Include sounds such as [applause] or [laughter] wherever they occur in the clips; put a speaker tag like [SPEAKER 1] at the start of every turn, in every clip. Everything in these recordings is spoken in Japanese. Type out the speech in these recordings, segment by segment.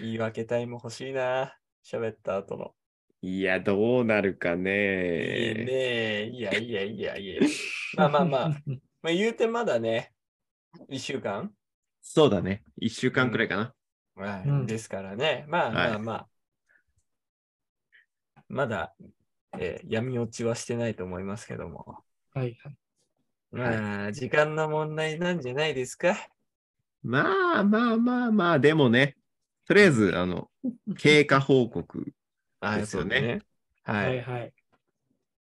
[SPEAKER 1] 言い訳タイム欲しいな。喋った後の。
[SPEAKER 2] いや、どうなる
[SPEAKER 1] い
[SPEAKER 2] か
[SPEAKER 1] い
[SPEAKER 2] ね。
[SPEAKER 1] ねいやいやいやいや。まあまあ
[SPEAKER 3] [laughs]
[SPEAKER 1] まあ、まあ、言うてまだね、1週間、
[SPEAKER 2] そうだね。1週間くらいかな。
[SPEAKER 1] はい
[SPEAKER 3] うん
[SPEAKER 1] ですからね。まあ
[SPEAKER 2] はい
[SPEAKER 1] まあまあ。まだ、えー闇落ちはしてないと思いますけども。
[SPEAKER 3] はいはい。
[SPEAKER 1] まあ、時間の問題なんじゃないですか。
[SPEAKER 2] まあまあまあまあ、でもね、とりあえず、あの、経過報告、
[SPEAKER 1] あ
[SPEAKER 2] ですよね
[SPEAKER 1] そうだは。
[SPEAKER 3] はいいはい。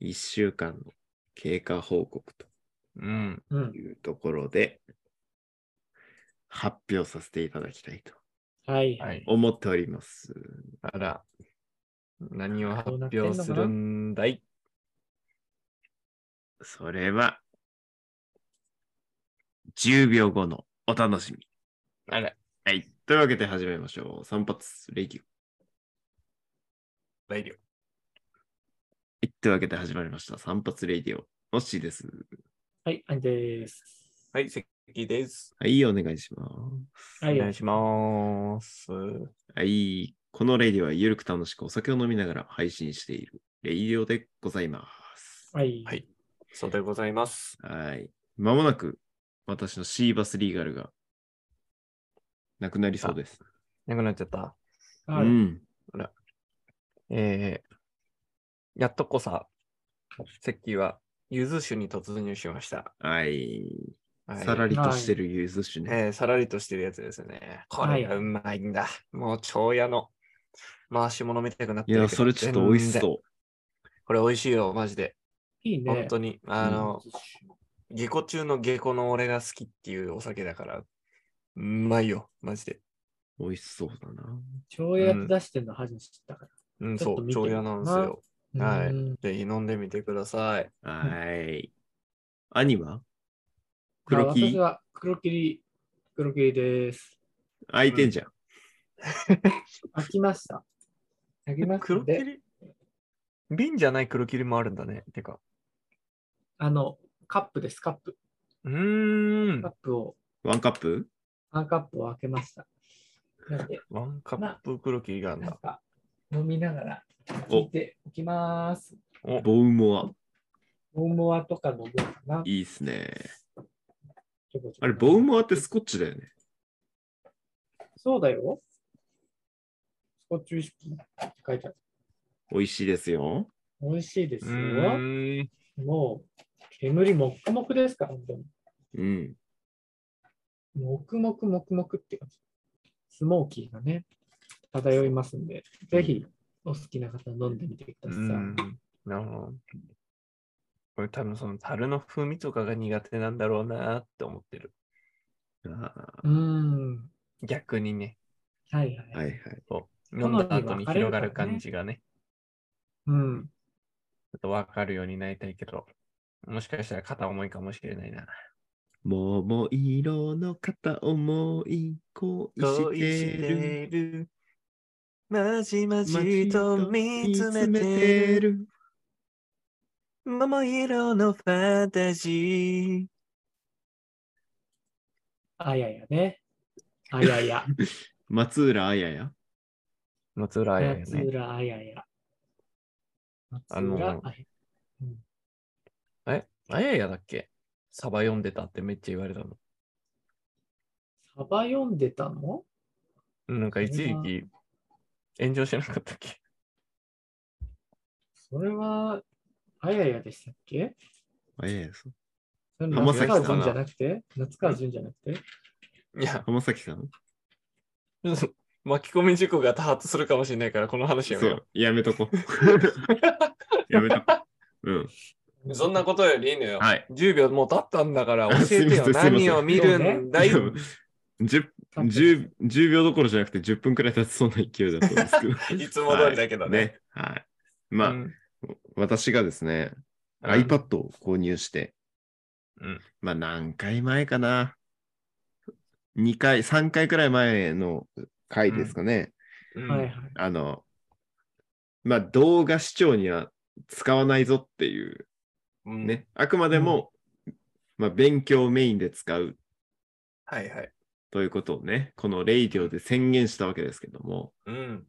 [SPEAKER 2] 1週間の経過報告
[SPEAKER 1] うん。
[SPEAKER 3] うん
[SPEAKER 2] と。いうところで、発表させていただきたいと
[SPEAKER 3] はいは。
[SPEAKER 1] はいい。
[SPEAKER 2] 思っております。
[SPEAKER 1] あら。何を発表するんだい
[SPEAKER 2] それは、10秒後のお楽しみ。
[SPEAKER 1] あら。
[SPEAKER 2] はい。というわけで始めましょう。散髪レギュ。
[SPEAKER 1] 大量。
[SPEAKER 2] はいというわけで始まりました。散髪レディオ。もっしーです。
[SPEAKER 3] はい、アンです。
[SPEAKER 1] はい、関です。
[SPEAKER 2] はい、お願いします。
[SPEAKER 3] は
[SPEAKER 1] お
[SPEAKER 3] い。
[SPEAKER 1] 願いします。
[SPEAKER 2] はい。このレディオはゆるく楽しくお酒を飲みながら配信しているレディオでございます。
[SPEAKER 3] はい。
[SPEAKER 1] はいそうでございます。
[SPEAKER 2] はい。まもなく私のシーバスリーガルがなくなりそうです。
[SPEAKER 1] なくなっちゃった。
[SPEAKER 2] う
[SPEAKER 3] はい。
[SPEAKER 2] ん。
[SPEAKER 1] えー、やっとこさ、関は、ゆず酒に突入しました。
[SPEAKER 2] はい。
[SPEAKER 1] はい
[SPEAKER 2] さらりとしてるゆず酒ね。
[SPEAKER 1] えーさらりとしてるやつですね。これがうまいんだ。もう、長屋の回し物みたくなって
[SPEAKER 2] い
[SPEAKER 1] るけど。
[SPEAKER 2] や、それちょっと美味し
[SPEAKER 1] 全然
[SPEAKER 2] そ
[SPEAKER 1] これ美味しいよ、マジで。
[SPEAKER 3] いいね。
[SPEAKER 1] 本当に。あの、下戸中の下戸の俺が好きっていうお酒だから、うまいよ、マジで。
[SPEAKER 2] う。美味しそうだな。
[SPEAKER 3] 超やって出してるの初めて知ったか
[SPEAKER 1] うん、
[SPEAKER 3] ちょ
[SPEAKER 1] そ
[SPEAKER 3] っと
[SPEAKER 1] う、
[SPEAKER 3] 見て
[SPEAKER 1] 長
[SPEAKER 3] みよ
[SPEAKER 1] 屋なん
[SPEAKER 3] うか
[SPEAKER 1] です
[SPEAKER 3] な
[SPEAKER 1] よ。
[SPEAKER 3] ら。
[SPEAKER 1] はい
[SPEAKER 3] うん
[SPEAKER 1] ぜひ飲んでみてください。
[SPEAKER 2] はい。兄は
[SPEAKER 3] ま
[SPEAKER 2] 黒
[SPEAKER 3] あ
[SPEAKER 2] 木
[SPEAKER 3] 私は黒霧、黒霧です。
[SPEAKER 2] 開いてんじゃん。
[SPEAKER 3] 開きました。開きました
[SPEAKER 1] 黒
[SPEAKER 3] ので、
[SPEAKER 1] 霧瓶じゃない黒霧もあるんだね。てか。
[SPEAKER 3] あの、カップです、カップ。
[SPEAKER 1] うーん
[SPEAKER 3] カッ。プを、
[SPEAKER 2] ワンカップ
[SPEAKER 3] ワンカップを開けました。なんで、
[SPEAKER 1] ワンカップ黒霧があるん
[SPEAKER 3] なん
[SPEAKER 1] だ。
[SPEAKER 3] か、飲みながら聞いておきます。
[SPEAKER 1] お、
[SPEAKER 2] [laughs] ボウモ
[SPEAKER 3] ボウモアとか飲もうかな
[SPEAKER 2] ア。。いいっすね。
[SPEAKER 3] ちょこちょこ
[SPEAKER 2] あれ、ボウモアってスコッチだよね。
[SPEAKER 3] そうだよ。スコッチウイスキーって書いてある。
[SPEAKER 2] 美味しいですよ。
[SPEAKER 3] 美味しいで
[SPEAKER 1] う
[SPEAKER 3] すよ。
[SPEAKER 1] ーん。
[SPEAKER 3] もう、煙もっくもくですから、本当に。
[SPEAKER 2] うん。
[SPEAKER 3] もくもくもくもくって感じ。スモーキーがね、漂いますんで、ぜひお好きな方飲んでみてく
[SPEAKER 1] う
[SPEAKER 3] ださい。
[SPEAKER 1] ん。なるほど。これ多分その樽の風味とかが苦手なんだろうなーって思ってる。
[SPEAKER 2] あ
[SPEAKER 3] うーん。
[SPEAKER 1] 逆にね。
[SPEAKER 3] はい
[SPEAKER 2] ー
[SPEAKER 3] はい。
[SPEAKER 2] はいはい。
[SPEAKER 1] そう
[SPEAKER 3] 好
[SPEAKER 1] 飲ん
[SPEAKER 3] み
[SPEAKER 1] だ後
[SPEAKER 3] 分
[SPEAKER 1] に
[SPEAKER 3] かれる
[SPEAKER 1] 広
[SPEAKER 3] か
[SPEAKER 1] が
[SPEAKER 3] らね
[SPEAKER 1] る感じがね、
[SPEAKER 3] うん。
[SPEAKER 1] ちょっと分かるようになりたいけど、もしかしたら片思いかもしれないな。
[SPEAKER 2] 桃色の片思い恋してる。
[SPEAKER 1] る。まじま
[SPEAKER 2] 街と見つめて。る。
[SPEAKER 1] 桃色のファンタジー。
[SPEAKER 3] あややね。あ
[SPEAKER 1] [laughs]
[SPEAKER 3] やや。
[SPEAKER 2] 松浦綾や。
[SPEAKER 1] 松浦綾や
[SPEAKER 3] 松
[SPEAKER 1] ね。
[SPEAKER 3] 浦あやや。
[SPEAKER 1] あ
[SPEAKER 3] 松
[SPEAKER 1] の
[SPEAKER 3] 浦あや
[SPEAKER 1] え、あややだっけサバ読んでたってめっちゃ言われたの。
[SPEAKER 3] サバ読んでたの
[SPEAKER 1] なんか一時
[SPEAKER 3] それ
[SPEAKER 1] 期炎上しなかったっけ
[SPEAKER 3] それは、あややでしたっけ
[SPEAKER 2] 綾やさん。
[SPEAKER 3] それ
[SPEAKER 2] 浜
[SPEAKER 3] 夏
[SPEAKER 2] 崎
[SPEAKER 3] 川
[SPEAKER 2] さん
[SPEAKER 3] 淳
[SPEAKER 2] が
[SPEAKER 3] じゃなくて夏川淳じゃなくて
[SPEAKER 1] いや、 [laughs]
[SPEAKER 2] 浜崎さん。
[SPEAKER 1] 巻き込み事故が多発するかもしれないから、この話やめ
[SPEAKER 2] そ
[SPEAKER 1] よ
[SPEAKER 2] う、やめとこ。
[SPEAKER 1] [laughs]
[SPEAKER 2] やめとこ。うん。
[SPEAKER 1] う。そんなことよりいいのよ。
[SPEAKER 2] はい。
[SPEAKER 1] 10秒もう経ったんだから教えて
[SPEAKER 2] す
[SPEAKER 1] [laughs] よ。
[SPEAKER 2] いませんすいません
[SPEAKER 1] 何を見るんだい
[SPEAKER 2] 10, 10, 10秒どころじゃなくて10分くらい経つそうな勢いだったんですけ
[SPEAKER 1] [laughs]
[SPEAKER 2] ど。
[SPEAKER 1] いつも通りだけどね。
[SPEAKER 2] はい。はいまあ、
[SPEAKER 1] うん
[SPEAKER 2] 私がですね、
[SPEAKER 1] うん
[SPEAKER 2] iPad を購入して、
[SPEAKER 1] うん
[SPEAKER 2] まあ何回前かな。2回、3回くらい前の回ですかね。
[SPEAKER 1] うん
[SPEAKER 3] はいはい。
[SPEAKER 2] あの、まあ動画視聴には使わないぞっていう
[SPEAKER 1] うん
[SPEAKER 2] ね、あくまでも、まあ勉強をメインで使う
[SPEAKER 1] はいはい。
[SPEAKER 2] ということをね、このレイディオで宣言したわけですけども、
[SPEAKER 1] うん。
[SPEAKER 3] なんか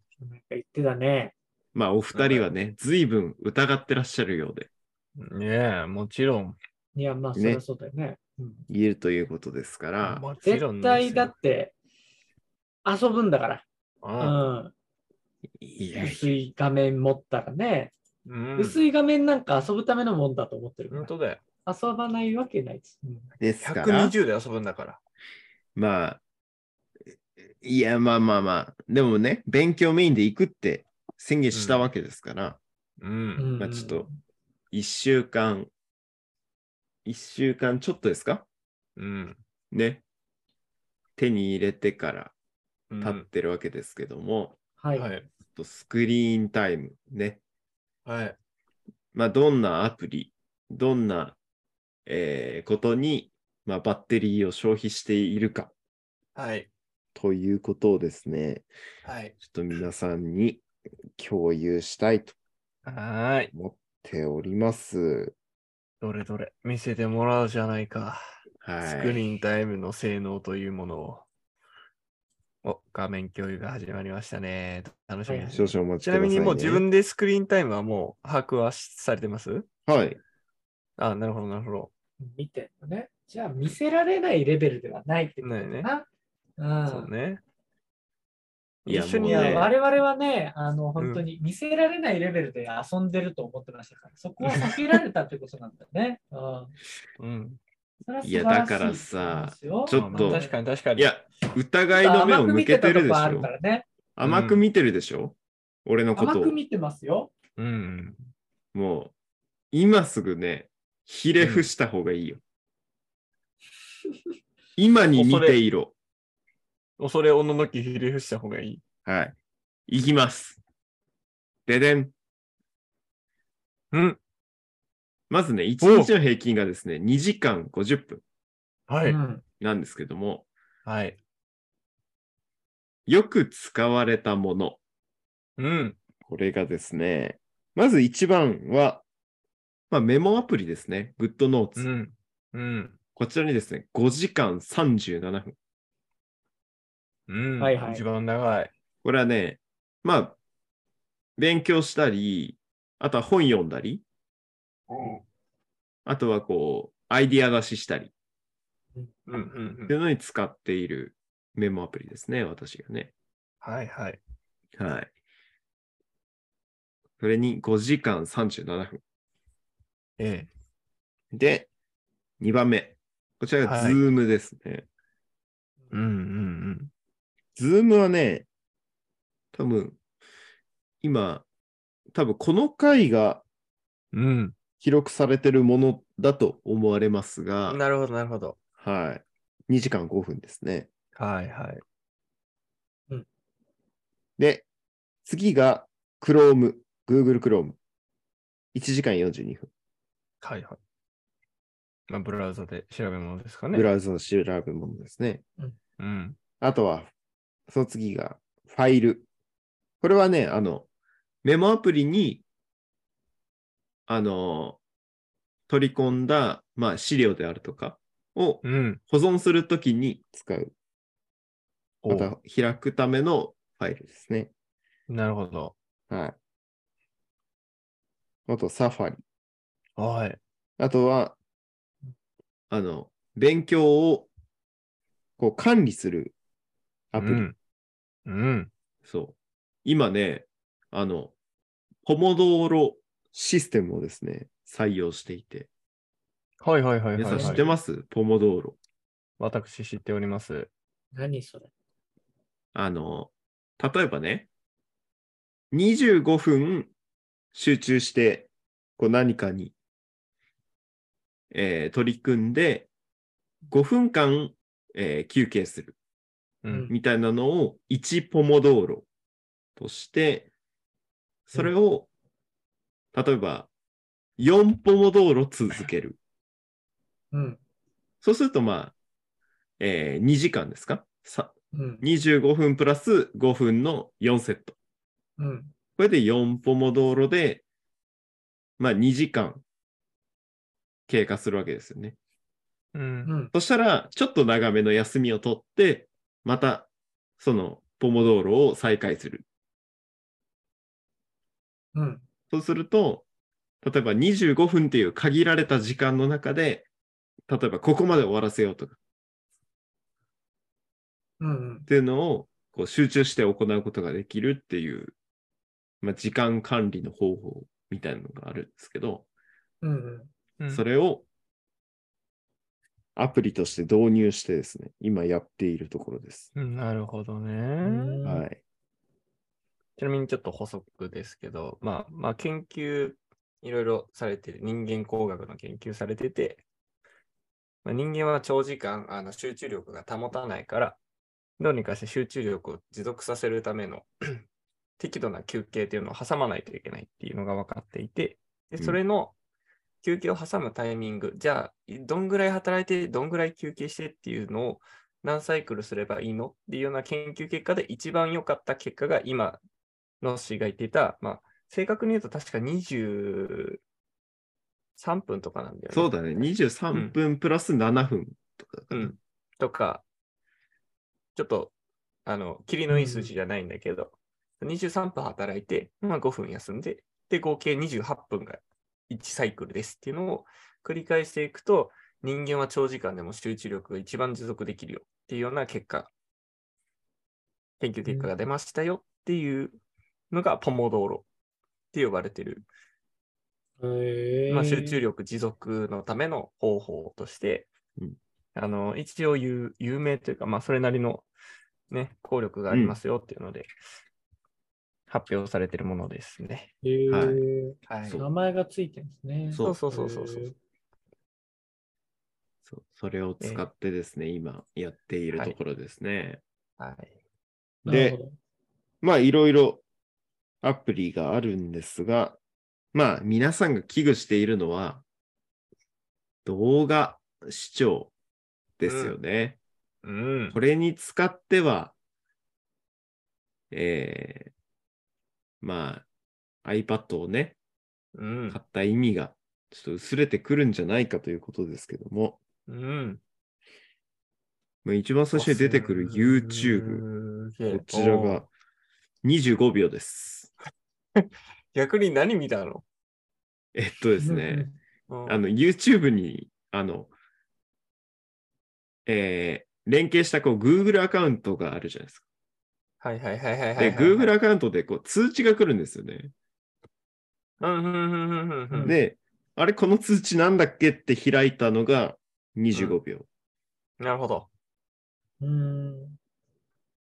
[SPEAKER 3] 言ってたね。
[SPEAKER 2] まあ、お二人はね、随分疑ってらっしゃるようで、
[SPEAKER 1] ねえ、もちろん。
[SPEAKER 3] いや、まあ、そ
[SPEAKER 2] ね
[SPEAKER 3] りゃそうだよね。うん、
[SPEAKER 2] 言えるということですから、
[SPEAKER 1] もちろん
[SPEAKER 3] 絶
[SPEAKER 1] ですよ
[SPEAKER 3] 対だって、遊ぶんだから。
[SPEAKER 1] ああ
[SPEAKER 3] うん
[SPEAKER 2] いやいや
[SPEAKER 3] 薄い画面持ったらね、
[SPEAKER 1] うん。
[SPEAKER 3] 薄い画面なんか遊ぶためのもんだと思ってるか
[SPEAKER 1] 本
[SPEAKER 3] ら。
[SPEAKER 1] 当だよ。
[SPEAKER 3] 遊ばないわけないです。うん
[SPEAKER 2] ですから、
[SPEAKER 1] 120で遊ぶんだから。
[SPEAKER 2] まあ、いや、まあまあまあ、でもね、勉強メインで行くって宣言したわけですから、
[SPEAKER 1] う。
[SPEAKER 3] うんん
[SPEAKER 2] まあちょっと一週間、一週間ちょっとですか
[SPEAKER 1] うん。
[SPEAKER 2] ね。手に入れてから
[SPEAKER 1] うん
[SPEAKER 2] 経ってるわけですけども、
[SPEAKER 3] はい。
[SPEAKER 1] はい。
[SPEAKER 2] ちょっとスクリーンタイムね。
[SPEAKER 1] はい。
[SPEAKER 2] まあ、どんなアプリ、どんな、えーことに、まあ、バッテリーを消費しているか
[SPEAKER 1] はい。
[SPEAKER 2] ということをですね、
[SPEAKER 1] はい。
[SPEAKER 2] ちょっと皆さんに共有したいと
[SPEAKER 1] はーい。
[SPEAKER 2] 思っております。
[SPEAKER 1] どれどれ見せてもらうじゃないか。
[SPEAKER 2] はい。
[SPEAKER 1] スクリーンタイムの性能というものを。お、画面共有が始まりましたね。楽しみです、
[SPEAKER 2] 少々お待ち
[SPEAKER 1] ち
[SPEAKER 2] くださ、
[SPEAKER 1] ないみ
[SPEAKER 2] ね。
[SPEAKER 1] にもう自分でスクリーンタイムはもう把握はしされてます
[SPEAKER 2] はい。
[SPEAKER 1] あ、なるほど、なるほど。
[SPEAKER 3] 見てるのね。じゃあ、見せられないレベルではないってことだ
[SPEAKER 1] ない
[SPEAKER 3] な。うん
[SPEAKER 1] そうね。
[SPEAKER 2] いや
[SPEAKER 1] 一緒
[SPEAKER 2] も
[SPEAKER 1] に
[SPEAKER 3] い
[SPEAKER 2] ね
[SPEAKER 1] や
[SPEAKER 3] や、
[SPEAKER 1] る
[SPEAKER 2] もう
[SPEAKER 3] 我々はね、あの、本当に見せられないレベルで遊んでると思ってましたから、そこは避けられたってことなんだね。 [laughs] うん。
[SPEAKER 1] うん。
[SPEAKER 3] それはい
[SPEAKER 2] や
[SPEAKER 3] 素晴し
[SPEAKER 2] だからさ
[SPEAKER 3] 話よ
[SPEAKER 2] ちょっと
[SPEAKER 1] まあまあ確かに確かに。
[SPEAKER 2] いや、疑いの目を向けてるでしょ。
[SPEAKER 3] 甘く見たとこあるからね。
[SPEAKER 2] 甘く見てるでしょ、俺のこ
[SPEAKER 3] 甘
[SPEAKER 2] とを
[SPEAKER 3] く。見てますよ。
[SPEAKER 1] うん。
[SPEAKER 2] もう、今すぐね、ひれ伏した方がいい [laughs] よ。今に見ていろ。
[SPEAKER 1] 恐れおののきひれ伏した方がいい。
[SPEAKER 2] はい。いきます。ででん。
[SPEAKER 1] うん。
[SPEAKER 2] まずね、1日の平均がですね、2時間50分
[SPEAKER 1] はい。
[SPEAKER 3] うん
[SPEAKER 2] なんですけども、
[SPEAKER 1] はい。
[SPEAKER 2] よく使われたもの。
[SPEAKER 1] うん。
[SPEAKER 2] これがですね、まず一番は、まあ、メモアプリですね。
[SPEAKER 1] う
[SPEAKER 2] GoodNotes。
[SPEAKER 1] ん。うん。
[SPEAKER 2] こちらにですね、5時間37分。
[SPEAKER 1] うん。
[SPEAKER 3] はいはい
[SPEAKER 1] 一番長い。
[SPEAKER 2] これはね、まあ、勉強したり、あとは本読んだり、あとはこう、アイディア出ししたり
[SPEAKER 1] うん。うん
[SPEAKER 2] っ。
[SPEAKER 1] うん
[SPEAKER 2] ていうのに使っているメモアプリですね、私がね。
[SPEAKER 1] はいはい。
[SPEAKER 2] はい。それに5時間37分。
[SPEAKER 1] ええ。
[SPEAKER 2] で、2番目。こちらが
[SPEAKER 1] はい
[SPEAKER 2] Zoom ですね。
[SPEAKER 1] うんうん
[SPEAKER 2] ズームはね、多分、今、多分この回が
[SPEAKER 1] うん。うん。
[SPEAKER 2] 記録されてるものだと思われますが、
[SPEAKER 1] なるほど、なるほど。
[SPEAKER 2] はい。2時間5分ですね。
[SPEAKER 1] はいはい。
[SPEAKER 2] で、次が Chrome、Google Chrome。1時間42分。
[SPEAKER 1] はいはい。まあ、ブラウザで調べ物ですかね。
[SPEAKER 2] ブラウザの調べ物ですね。
[SPEAKER 1] うん。
[SPEAKER 2] あとは、その次がファイル。これはね、あの、メモアプリに、あの、取り込んだ、まあ、資料であるとかを
[SPEAKER 1] うん。
[SPEAKER 2] 保存するときに使う。
[SPEAKER 1] お
[SPEAKER 2] また開くためのファイルですね。
[SPEAKER 1] なるほど。
[SPEAKER 2] はい。あと、サファリ。
[SPEAKER 1] はい。
[SPEAKER 2] あとは、あの、勉強をこう管理するアプリ。
[SPEAKER 1] うん。うん。
[SPEAKER 2] そう。今ね、あの、ポモドーロシステムをですね、採用していて。
[SPEAKER 1] はいはいはいはい、
[SPEAKER 2] 皆
[SPEAKER 1] はい。
[SPEAKER 2] さん知ってます、ポモドーロ。
[SPEAKER 1] 私知っております。
[SPEAKER 3] 何それ。
[SPEAKER 2] あの、例えばね、25分集中して、こう何かに、えー取り組んで、5分間、えー休憩する。
[SPEAKER 1] うん。
[SPEAKER 2] みたいなのを1ポモドーロとして、それを、例えば、4ポモドーロ続ける。
[SPEAKER 3] うん。
[SPEAKER 2] そうすると、まあ、えー2時間ですかさ
[SPEAKER 3] うん。
[SPEAKER 2] ?25 分プラス5分の4セット。
[SPEAKER 3] うん。
[SPEAKER 2] これで4ポモドーロで、まあ2時間経過するわけですよね。
[SPEAKER 1] うん
[SPEAKER 3] うん。
[SPEAKER 2] そしたら、ちょっと長めの休みを取って、また、その、ポモ道路を再開する。
[SPEAKER 3] うん。
[SPEAKER 2] そうすると、例えば25分っていう限られた時間の中で、例えばここまで終わらせようとか
[SPEAKER 3] うんうん
[SPEAKER 2] っ。ていうのをこう集中して行うことができるっていう、まあ、時間管理の方法みたいなのがあるんですけど、
[SPEAKER 3] うんうん。。
[SPEAKER 1] うん
[SPEAKER 2] それをアプリとして導入してですね、今やっているところです。
[SPEAKER 1] うんなるほどね。
[SPEAKER 2] はいい。
[SPEAKER 1] ちなみにちょっと補足ですけど、まあ、まあ、研究、いろいろされてる、人間工学の研究されてて、まあ、人間は長時間あの集中力が保たないから、どうにかして集中力を持続させるための [clears throat] 適度な休憩というのを挟まないといけないっていうのが分かっていて、で
[SPEAKER 2] うん
[SPEAKER 1] それの休憩を挟むタイミング、じゃあ、どんぐらい働いて、どんぐらい休憩してっていうのを何サイクルすればいいのっていうような研究結果で一番良かった結果が今のッシーが言っていた、まあ、正確に言うと確か23分とかなんだよね。
[SPEAKER 2] そうだね、23分プラス7分とかだから、
[SPEAKER 1] うんとか、ちょっと、あの、霧のいい数字じゃないんだけど、23分働いて、まあ、5分休んで、で、合計28分が1サイクルですっていうのを繰り返していくと、人間は長時間でも集中力が一番持続できるよっていうような結果、研究結果が出ましたよっていうのがポモドーロって呼ばれてる
[SPEAKER 3] へえ
[SPEAKER 1] まあ、集中力持続のための方法として、
[SPEAKER 2] うん
[SPEAKER 1] あの一応有有名というか、まあ、それなりの、ね、効力がありますよっていうので、発表されているものですね。
[SPEAKER 3] へえ
[SPEAKER 2] は
[SPEAKER 1] はい
[SPEAKER 2] そう
[SPEAKER 3] 名前がついてるんですね。
[SPEAKER 2] そう
[SPEAKER 1] そうそうそうそう
[SPEAKER 3] へ
[SPEAKER 2] そうそれを使ってですね、今やっているところですね。
[SPEAKER 1] はい
[SPEAKER 3] え
[SPEAKER 2] で
[SPEAKER 3] なるほど
[SPEAKER 2] まあ、いろいろアプリがあるんですが、まあ、皆さんが危惧しているのは、動画視聴ですよね。
[SPEAKER 1] うん
[SPEAKER 2] これに使っては、えー、まあ、iPad をね、
[SPEAKER 1] うん
[SPEAKER 2] 買った意味が、ちょっと薄れてくるんじゃないかということですけども、
[SPEAKER 1] うん、
[SPEAKER 2] まあ、一番最初に出てくる YouTube、
[SPEAKER 1] YouTube
[SPEAKER 2] こちらが25秒です。
[SPEAKER 1] 逆に何見たの
[SPEAKER 2] えっとですね、
[SPEAKER 1] [laughs] うん
[SPEAKER 2] あの、YouTube に、あの、えー連携したこう Google アカウントがあるじゃないですか。
[SPEAKER 1] はいはいはいはいはいはい。
[SPEAKER 2] で、Google アカウントでこう通知が来るんですよね。
[SPEAKER 1] うんうんうんうんうんうん
[SPEAKER 2] で、あれ、この通知なんだっけって開いたのが25秒。
[SPEAKER 1] なるほど。
[SPEAKER 3] うん。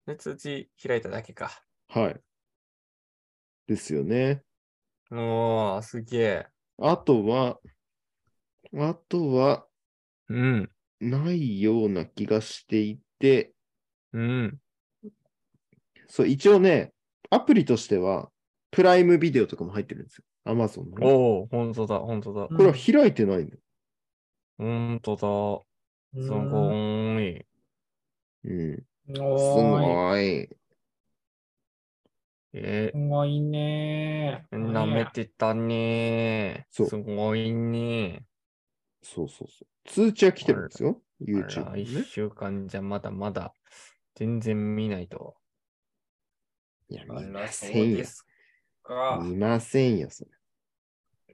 [SPEAKER 1] で通知開いただけか。
[SPEAKER 2] はい。ですよね。
[SPEAKER 1] おー、すげえ。
[SPEAKER 2] あとは、あとは、
[SPEAKER 1] うん。
[SPEAKER 2] ないような気がしていて、
[SPEAKER 1] うん。
[SPEAKER 2] そう、一応ね、アプリとしては、プライムビデオとかも入ってるんですよ。Amazon のね、
[SPEAKER 1] おお、本当だ、本当だ。
[SPEAKER 3] うん
[SPEAKER 2] これは開いてないんだよ
[SPEAKER 1] 本当
[SPEAKER 3] う
[SPEAKER 1] だ。
[SPEAKER 3] ん
[SPEAKER 1] すごい。
[SPEAKER 2] うん。す
[SPEAKER 3] おーい。
[SPEAKER 2] ごい。
[SPEAKER 1] え
[SPEAKER 3] すごいね
[SPEAKER 1] ー、舐めてたねー。
[SPEAKER 2] そう
[SPEAKER 1] すごいね
[SPEAKER 2] そうそうそう。通知は来てるんですよ。
[SPEAKER 1] ー。
[SPEAKER 2] YouTube
[SPEAKER 1] あら
[SPEAKER 2] の
[SPEAKER 1] 一
[SPEAKER 2] ね。
[SPEAKER 1] 週間じゃまだまだ全然見ないと。
[SPEAKER 2] いや、
[SPEAKER 1] あ
[SPEAKER 2] 見
[SPEAKER 1] ら
[SPEAKER 2] ま
[SPEAKER 1] そ
[SPEAKER 2] せ
[SPEAKER 1] うん
[SPEAKER 2] よ
[SPEAKER 1] で。すか。
[SPEAKER 2] 見ませんよ、それ。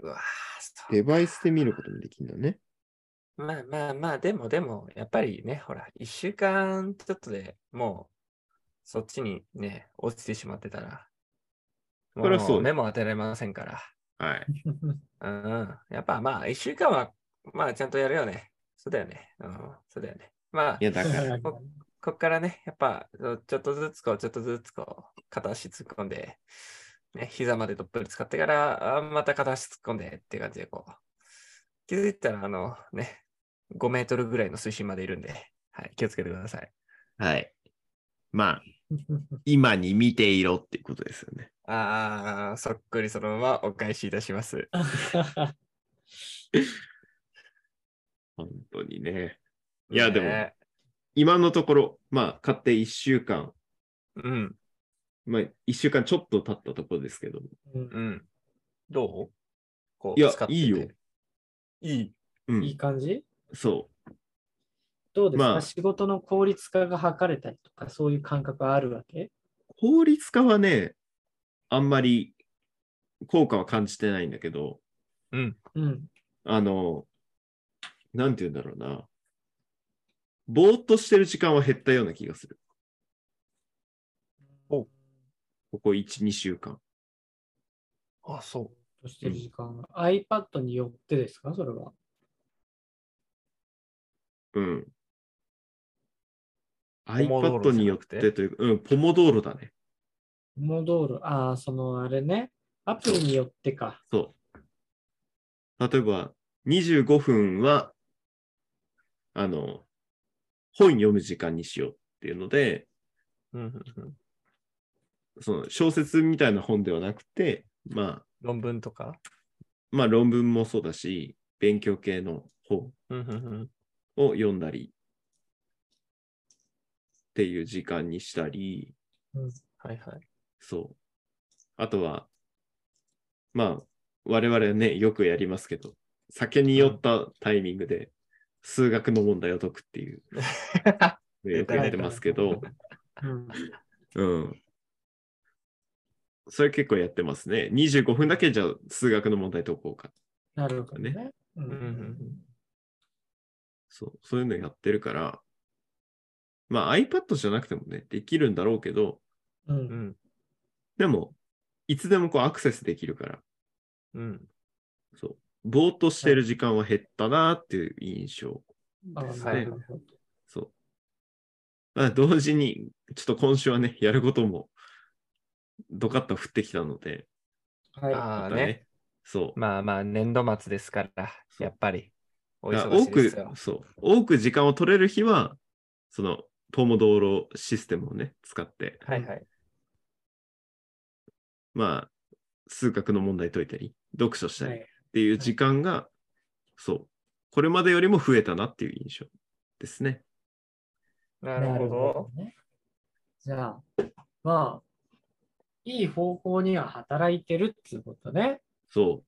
[SPEAKER 1] うわーそう
[SPEAKER 2] デバイスで見ることもできるんだね。
[SPEAKER 1] まあまあまあ、でもでも、やっぱりね、ほら、一週間ちょっとでもう、そっちにね、落ちてしまってたら、
[SPEAKER 2] そりゃそう
[SPEAKER 1] も
[SPEAKER 2] よ
[SPEAKER 1] 目も当てられませんから。
[SPEAKER 2] はい。
[SPEAKER 1] うん。やっぱまあ、一週間は、まあ、ちゃんとやるよね。そうだよね。うん。そうだよね。まあ
[SPEAKER 2] い、や、
[SPEAKER 1] [laughs]
[SPEAKER 2] だから、
[SPEAKER 1] こっからね、やっぱ、そうちょっとずつこう、ちょっとずつこう、片足突っ込んで、ね、膝までどっぷり使ってから、あまた片足突っ込んでっていう感じで、こう、気づいたら、あの、ね、5メートルぐらいの水深までいるんで、はい、気をつけてください。
[SPEAKER 2] はい。まあ、今に見ていろっていうことですよね。
[SPEAKER 1] あー、そっくりそのままお返しいたします。
[SPEAKER 2] 本当にね。いやでも
[SPEAKER 1] ね
[SPEAKER 2] 今のところ、まあ、買って1週間、
[SPEAKER 1] うん、
[SPEAKER 2] まあ、1週間ちょっと経ったところですけど、
[SPEAKER 3] うん
[SPEAKER 1] うん。どうこ
[SPEAKER 2] いや
[SPEAKER 1] 使ってて
[SPEAKER 2] いいよ。
[SPEAKER 1] いい。
[SPEAKER 2] うん
[SPEAKER 3] いい感じ
[SPEAKER 2] そ
[SPEAKER 3] どうですか、
[SPEAKER 2] まあ
[SPEAKER 3] 仕事の効率化が図れたりとか、そういう感覚はあるわけ
[SPEAKER 2] 効率化はね、あんまり効果は感じてないんだけど、
[SPEAKER 1] うん。
[SPEAKER 3] うん。
[SPEAKER 2] あの、なんて言うんだろうな。ぼーっとしてる時間は減ったような気がする。
[SPEAKER 1] お
[SPEAKER 2] ここ1、2週間。
[SPEAKER 1] あ、そ
[SPEAKER 3] としてる時間が、iPad によってですか、それは。
[SPEAKER 2] うん。
[SPEAKER 1] モドーロじゃな
[SPEAKER 2] iPad
[SPEAKER 1] くて
[SPEAKER 2] によってというか、うん、ポモドーロだね。
[SPEAKER 3] モドール、ああ、そのあれね、アプリによってか。
[SPEAKER 2] そう。例えば、25分は、あの、本読む時間にしようっていうので、
[SPEAKER 1] う。うんうんうん、
[SPEAKER 2] その小説みたいな本ではなくて、まあ、
[SPEAKER 1] 論文とか。
[SPEAKER 2] まあ論文もそうだし、勉強系の本
[SPEAKER 1] うんうんうん
[SPEAKER 2] を読んだりっていう時間にしたり、
[SPEAKER 3] うん
[SPEAKER 1] はい [laughs] はい。
[SPEAKER 2] そう。あとは、まあ、我々はね、よくやりますけど、酒に酔ったタイミングで数学の問題を解くっていう、よくやってますけど、
[SPEAKER 3] うん、
[SPEAKER 2] [laughs] うん。それ結構やってますね。25分だけじゃあ数学の問題解こうか。
[SPEAKER 3] なるほどね。
[SPEAKER 1] う
[SPEAKER 3] う
[SPEAKER 1] んうんうん
[SPEAKER 3] ん、
[SPEAKER 2] そう、そういうのやってるから、まあ iPad じゃなくてもね、できるんだろうけど、
[SPEAKER 3] う、
[SPEAKER 1] うんん
[SPEAKER 2] でも、いつでもこうアクセスできるから、
[SPEAKER 1] うん
[SPEAKER 2] そう、ぼーっとしてる時間は減ったなーっていう印象。
[SPEAKER 3] あ
[SPEAKER 1] です
[SPEAKER 3] ー
[SPEAKER 1] ね
[SPEAKER 3] なるほど。
[SPEAKER 2] そう。まあ、同時に、ちょっと今週はね、やることも、ドカッと降ってきたので、
[SPEAKER 3] は
[SPEAKER 1] ああ
[SPEAKER 2] また
[SPEAKER 1] ね。
[SPEAKER 2] そう。
[SPEAKER 1] まあまあ、年度末ですから、やっぱり。お
[SPEAKER 2] だから
[SPEAKER 1] 忙
[SPEAKER 2] 多
[SPEAKER 1] しいです
[SPEAKER 2] く
[SPEAKER 1] よ、。
[SPEAKER 2] そう、多く時間を取れる日は、その、ポモドーロシステムをね、使って、
[SPEAKER 1] はいはい。
[SPEAKER 2] まあ、数学の問題解いたり、読書し
[SPEAKER 3] い。
[SPEAKER 2] た
[SPEAKER 3] は
[SPEAKER 2] りっ
[SPEAKER 3] い、
[SPEAKER 2] ていう時間が、そう、これまでよりも増えたなっていう印象ですね。
[SPEAKER 1] なるほど。
[SPEAKER 3] ね。じゃあ、まあ、いい方向には働いてるっていうことね。
[SPEAKER 2] そ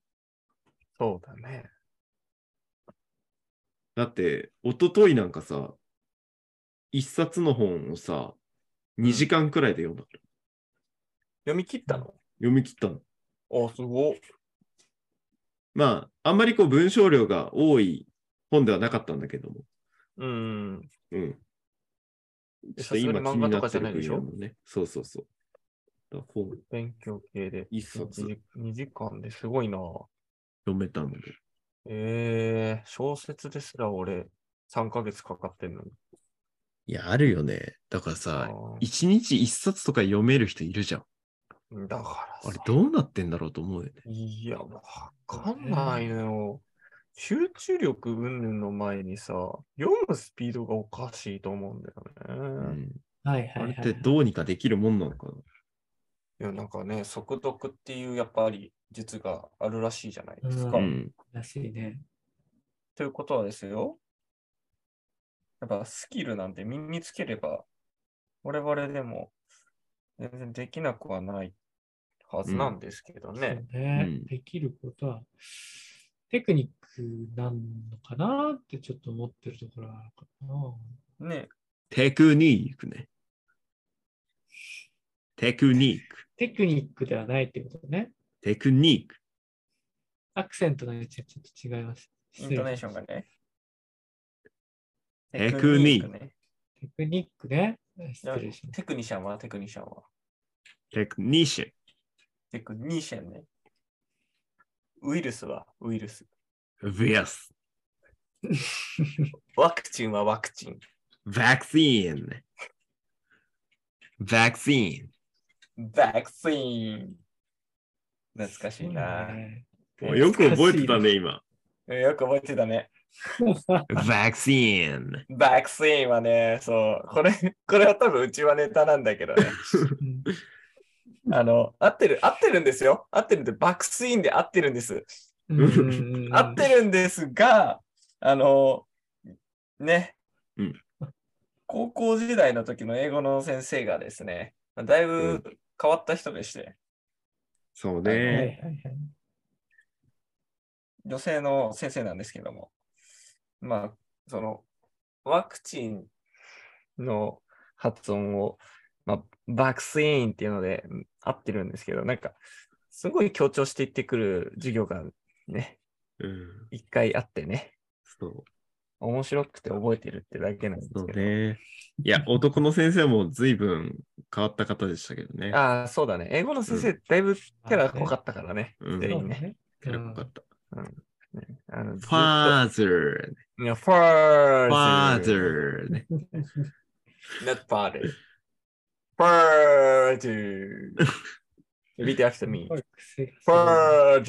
[SPEAKER 1] そうだね。
[SPEAKER 2] う。だって、一昨日なんかさ、一冊の本をさ、2時間くらいで読んだから、
[SPEAKER 1] 読み切ったの
[SPEAKER 2] 読み切ったの。
[SPEAKER 1] あ、すごい。
[SPEAKER 2] まあ、あんまりこう文章量が多い本ではなかったんだけども、
[SPEAKER 1] うん。
[SPEAKER 2] うん。
[SPEAKER 1] え
[SPEAKER 2] ちょっと今
[SPEAKER 1] さすがに
[SPEAKER 2] 気に
[SPEAKER 1] 漫画
[SPEAKER 2] な
[SPEAKER 1] とか
[SPEAKER 2] っ
[SPEAKER 1] じ
[SPEAKER 2] て
[SPEAKER 1] ゃ
[SPEAKER 2] る
[SPEAKER 1] ないでし
[SPEAKER 2] 分
[SPEAKER 1] ょ
[SPEAKER 2] 野もね。そうそうそう。だから本
[SPEAKER 1] 勉強系で。
[SPEAKER 2] 一冊
[SPEAKER 1] 2時間ですごいな。
[SPEAKER 2] 読めたので、
[SPEAKER 1] ええ小説ですら俺、3ヶ月かかってんのに。
[SPEAKER 2] いや、あるよね。だから
[SPEAKER 1] あ
[SPEAKER 2] さ、
[SPEAKER 1] ー
[SPEAKER 2] 一日一冊とか読める人いるじゃん。
[SPEAKER 1] だから
[SPEAKER 2] あれ
[SPEAKER 1] さ、
[SPEAKER 2] どうなってんだろうと思うよね。
[SPEAKER 1] いや、わかんないのよ。集中力云々の前にさ、読むスピードがおかしいと思うんだ
[SPEAKER 2] う
[SPEAKER 1] よね。
[SPEAKER 2] ん、
[SPEAKER 3] はいは
[SPEAKER 2] あれ
[SPEAKER 3] い、はい。
[SPEAKER 2] ってどうにかできるもんなのかな。
[SPEAKER 1] いや、なんかね、速読っていうやっぱり術があるらしいじゃないです
[SPEAKER 3] う
[SPEAKER 1] か。
[SPEAKER 2] うん、
[SPEAKER 3] らしいね。
[SPEAKER 1] ということはですよ。やっぱスキルなんて身につければ、我々でも全然できなくはないはずなんですけどね。
[SPEAKER 3] そうね
[SPEAKER 2] うん
[SPEAKER 3] できることは、テクニックなのかなってちょっと思ってるところはあるかな。
[SPEAKER 1] ね。
[SPEAKER 2] テクニックね。テクニック。
[SPEAKER 3] テクニックではないってことね。
[SPEAKER 2] テクニック。
[SPEAKER 3] アクセントの位置がちょっと違います。
[SPEAKER 1] イ
[SPEAKER 3] 失
[SPEAKER 1] ン
[SPEAKER 3] 礼
[SPEAKER 1] トネーションがね。
[SPEAKER 2] テクニック
[SPEAKER 1] ね。
[SPEAKER 3] テクニックね。
[SPEAKER 1] いや
[SPEAKER 3] 失礼しまし
[SPEAKER 1] テクニシャンはテクニシャンは。
[SPEAKER 2] テクニシャン。
[SPEAKER 1] テクニシャンね。ウイルスはウイルス。
[SPEAKER 2] ヴィアス。
[SPEAKER 1] ワクチンはワクチン。
[SPEAKER 2] バクシーンね。バクシーン。
[SPEAKER 1] バクチン。懐か
[SPEAKER 3] た。
[SPEAKER 1] しいな。
[SPEAKER 2] およく覚えてたね、今。
[SPEAKER 1] えよく覚えてたね。
[SPEAKER 2] バクシーン。
[SPEAKER 1] バックスインはね、そう、これ、これは多分うちはネタなんだけどね。
[SPEAKER 3] うん
[SPEAKER 1] あの、合ってる、合ってるんですよ。合ってるんで、バックスインで合ってるんです。 [laughs]
[SPEAKER 3] うん
[SPEAKER 1] 合ってるんですが、あの、ね、
[SPEAKER 2] うん
[SPEAKER 1] 高校時代の時の英語の先生がですね、だいぶ変わった人でして、
[SPEAKER 2] そう
[SPEAKER 3] はいは
[SPEAKER 2] ね。
[SPEAKER 3] いはい。
[SPEAKER 1] 女性の先生なんですけども、まあ、その、ワクチンの発音を、まあ、バクスインっていうのでうん合ってるんですけど、なんか、すごい強調していってくる授業がね、
[SPEAKER 2] うん。
[SPEAKER 1] 一回あってね、
[SPEAKER 2] そう。
[SPEAKER 1] 面白くて覚えてるってだけなんです
[SPEAKER 2] そう
[SPEAKER 1] けど。
[SPEAKER 2] ね。いや、男の先生も随分変わった方でしたけどね。
[SPEAKER 1] ああ、そうだね。英語の先生、
[SPEAKER 2] う
[SPEAKER 1] だいぶキャラ濃かったからね。
[SPEAKER 2] うん
[SPEAKER 1] 全
[SPEAKER 3] そう
[SPEAKER 1] 員ね。
[SPEAKER 3] ね。
[SPEAKER 2] キャラ濃かった。
[SPEAKER 1] あのずっ
[SPEAKER 2] フ
[SPEAKER 1] と
[SPEAKER 2] ァーザー、
[SPEAKER 1] いや、ファ
[SPEAKER 2] ファ
[SPEAKER 1] ー
[SPEAKER 2] ー
[SPEAKER 1] ズ
[SPEAKER 2] ザーね。
[SPEAKER 1] not father. Father. Repeat after me.
[SPEAKER 3] [laughs] ー
[SPEAKER 1] Father.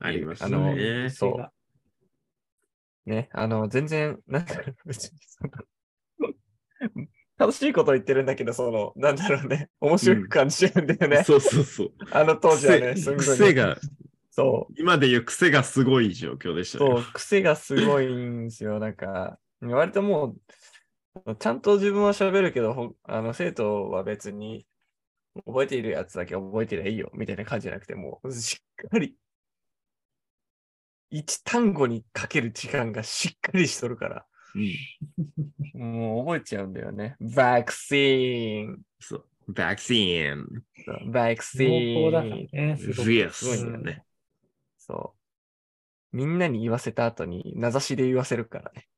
[SPEAKER 2] ありまし
[SPEAKER 1] あ
[SPEAKER 2] た
[SPEAKER 1] の
[SPEAKER 2] ね。
[SPEAKER 1] そうね、あの、全然、なんか、別にその楽しいこと言ってるんだけど、その、なんだろうね、面白く感じるんだよね。
[SPEAKER 2] そうそうそう。
[SPEAKER 1] あの当時はね、す
[SPEAKER 2] 癖
[SPEAKER 1] んごいね、
[SPEAKER 2] 癖が、
[SPEAKER 1] そう、
[SPEAKER 2] 今で言う癖がすごい状況でした
[SPEAKER 1] そ
[SPEAKER 2] ね。
[SPEAKER 1] う、癖がすごいんですよ。なんか、割ともう、ちゃんと自分は喋るけど、ほあの生徒は別に、覚えているやつだけ覚えてりゃいいよ、みたいな感じじゃなくて、もう、しっかり、一単語にかける時間がしっかりしとるから、
[SPEAKER 2] うん
[SPEAKER 1] もう覚えちゃうんだよね。バクシーン、
[SPEAKER 2] そう。バクシーン、
[SPEAKER 1] バクシ
[SPEAKER 3] 濃厚だから
[SPEAKER 1] ーン。
[SPEAKER 3] ね。すごく
[SPEAKER 2] フィアス
[SPEAKER 1] ごい
[SPEAKER 2] だ
[SPEAKER 1] んだよ
[SPEAKER 2] ね。
[SPEAKER 3] [laughs]
[SPEAKER 1] そう。みんなに言わせた後に、名指しで言わせるからね。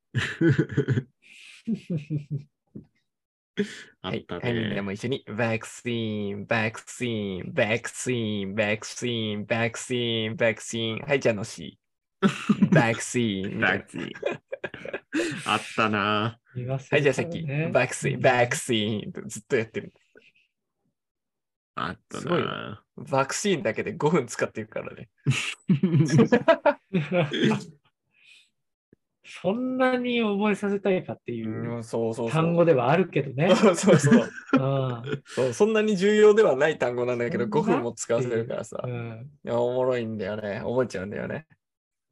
[SPEAKER 2] あった
[SPEAKER 1] はい、はいみんな
[SPEAKER 2] ね。
[SPEAKER 1] も一緒に、バクシーン、バクシーン、バクシーン、バクシーン、バクシーン、バクシーン、はい、じゃあのし、バクシーン、み
[SPEAKER 2] [laughs]
[SPEAKER 1] たいな
[SPEAKER 2] バクシーン。あったな。
[SPEAKER 3] 言わせ
[SPEAKER 1] はい、じゃあさ
[SPEAKER 3] るか
[SPEAKER 1] っ
[SPEAKER 3] ら
[SPEAKER 1] き、
[SPEAKER 3] ね
[SPEAKER 1] バクシーン、バクシーンとずっとやってる。
[SPEAKER 2] あった
[SPEAKER 1] すごい
[SPEAKER 2] な。
[SPEAKER 1] バクシーンだけで5分使ってるからね。
[SPEAKER 3] [laughs] そんなに覚えさせたいかっていう
[SPEAKER 1] うん、そうそうそう。
[SPEAKER 3] 単語ではあるけどね。
[SPEAKER 1] そうそう
[SPEAKER 3] [laughs]
[SPEAKER 1] そう
[SPEAKER 3] あ
[SPEAKER 1] そう。そんなに重要ではない単語なんだけど、
[SPEAKER 3] そんな
[SPEAKER 1] 5分も使わせるからさ
[SPEAKER 3] あ、う。ん、
[SPEAKER 1] いやおもろいんだよね。覚えちゃうんだよね。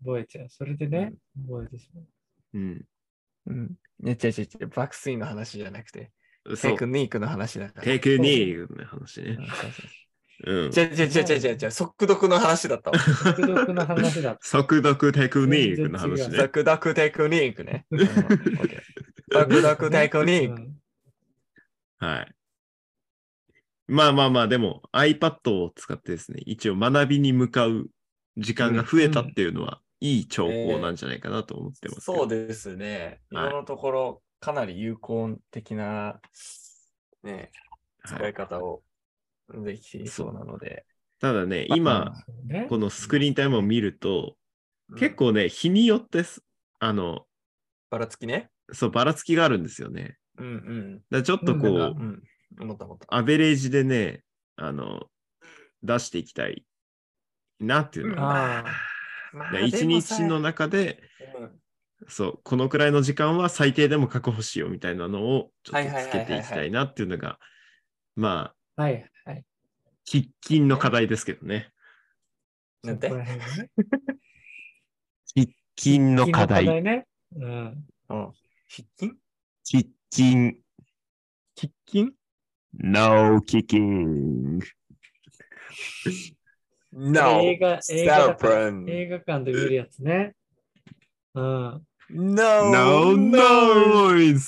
[SPEAKER 3] 覚えちゃう。それでね、覚えてしまう。
[SPEAKER 2] うん。
[SPEAKER 1] うん。ね、違う違う違う、バクシーンの話じゃなくて、
[SPEAKER 2] そ
[SPEAKER 1] テ
[SPEAKER 2] う
[SPEAKER 1] ク。ニックの話だから。
[SPEAKER 2] テクニックの話
[SPEAKER 1] うん
[SPEAKER 2] ね。
[SPEAKER 1] そうそう
[SPEAKER 2] うん。
[SPEAKER 1] じゃじゃじゃじゃじゃじゃ速読の話だったわ。
[SPEAKER 3] 独特な
[SPEAKER 1] [laughs]
[SPEAKER 3] 話だっ
[SPEAKER 2] [laughs] 速読テクニックの話
[SPEAKER 3] 全然
[SPEAKER 2] [laughs] ね。
[SPEAKER 1] 速読テクニック
[SPEAKER 2] [laughs]
[SPEAKER 1] ね。うん OK 速読テクニ
[SPEAKER 3] た。
[SPEAKER 1] ック。
[SPEAKER 3] うん
[SPEAKER 2] はい。まあまあまあ、でも iPad を使ってですね、一応学びに向かう時間が増えたっていうのは、いい兆候なんじゃないかなと思ってます。
[SPEAKER 1] そうですね。
[SPEAKER 2] はい
[SPEAKER 1] 今のところ、かなり有効的な、ね、
[SPEAKER 2] す
[SPEAKER 1] 使い方をできていそうなので。
[SPEAKER 2] ただね、今、
[SPEAKER 3] そうね
[SPEAKER 2] このスクリーンタイムを見ると、
[SPEAKER 1] うん
[SPEAKER 2] 結、構ね、日によってす、あの、
[SPEAKER 1] ばらつきね。
[SPEAKER 2] そう、ばらつきがあるんですよね。
[SPEAKER 1] うん
[SPEAKER 2] だからちょっとこ
[SPEAKER 3] う
[SPEAKER 1] うん。
[SPEAKER 2] う、
[SPEAKER 3] ん
[SPEAKER 1] うん。思った思った。
[SPEAKER 2] アベレージでね、あの、出していきたいなっていうのが、
[SPEAKER 3] あ
[SPEAKER 1] まあ
[SPEAKER 2] だから一日の、中で、
[SPEAKER 1] でもさうん
[SPEAKER 2] そう、このくらいの時間は最低でも確保しようみたいなのをちょっとつけていきたいなっていうのが、まあ、
[SPEAKER 3] あ、はいはい。
[SPEAKER 2] 喫緊の課題ですけどね。
[SPEAKER 1] なんて
[SPEAKER 3] そこら辺がね
[SPEAKER 2] 喫緊の
[SPEAKER 3] 課題ね。うん。
[SPEAKER 1] うん。筆筋
[SPEAKER 2] 喫緊。
[SPEAKER 1] 筆筋
[SPEAKER 2] No kicking.
[SPEAKER 3] 映画、映画だから映
[SPEAKER 1] Stubborn.
[SPEAKER 3] 画館で見るやつね。うん。
[SPEAKER 1] No,
[SPEAKER 2] No noise.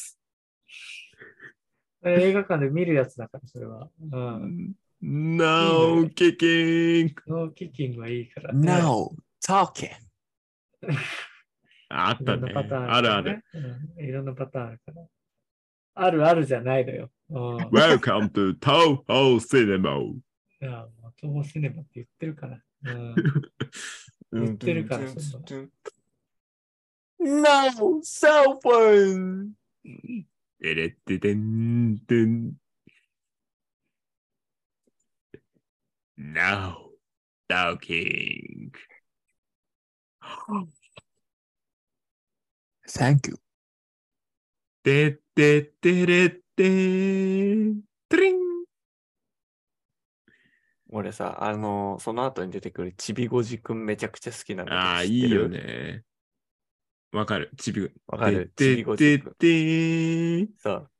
[SPEAKER 3] 映画館で見るやつだから、それは。うん。
[SPEAKER 2] No kicking.
[SPEAKER 3] ノーキッキングはいいから、ね。
[SPEAKER 1] No, talking.
[SPEAKER 2] あっ
[SPEAKER 3] い
[SPEAKER 2] た
[SPEAKER 3] ろんな
[SPEAKER 2] ね。
[SPEAKER 3] パターン
[SPEAKER 2] あるあ
[SPEAKER 3] から
[SPEAKER 2] る
[SPEAKER 3] ね。。うんいろんなパターンあるから。あるあるじゃないのよ。うん。
[SPEAKER 2] Welcome to Toho Cinema.
[SPEAKER 3] いや、もう東宝シネマって言ってるから。うん。
[SPEAKER 1] 言
[SPEAKER 3] 言ってるからそん
[SPEAKER 1] No, cell phone!
[SPEAKER 2] てれっててんてん。Now, talking.
[SPEAKER 1] Thank you.
[SPEAKER 2] てってってれってーん。トゥリン
[SPEAKER 1] 俺さ、あのその後に出てくるちびごじくんめちゃくちゃ好きなんだけど。
[SPEAKER 2] ああ、
[SPEAKER 1] 知
[SPEAKER 2] い
[SPEAKER 1] って
[SPEAKER 2] い
[SPEAKER 1] る
[SPEAKER 2] よ。ね。わかる。ちびぐ。
[SPEAKER 1] わかる。ち
[SPEAKER 2] て
[SPEAKER 1] び
[SPEAKER 2] っ
[SPEAKER 1] ご
[SPEAKER 2] て
[SPEAKER 1] じ
[SPEAKER 2] っ
[SPEAKER 1] くん。
[SPEAKER 2] てーん。
[SPEAKER 1] そう。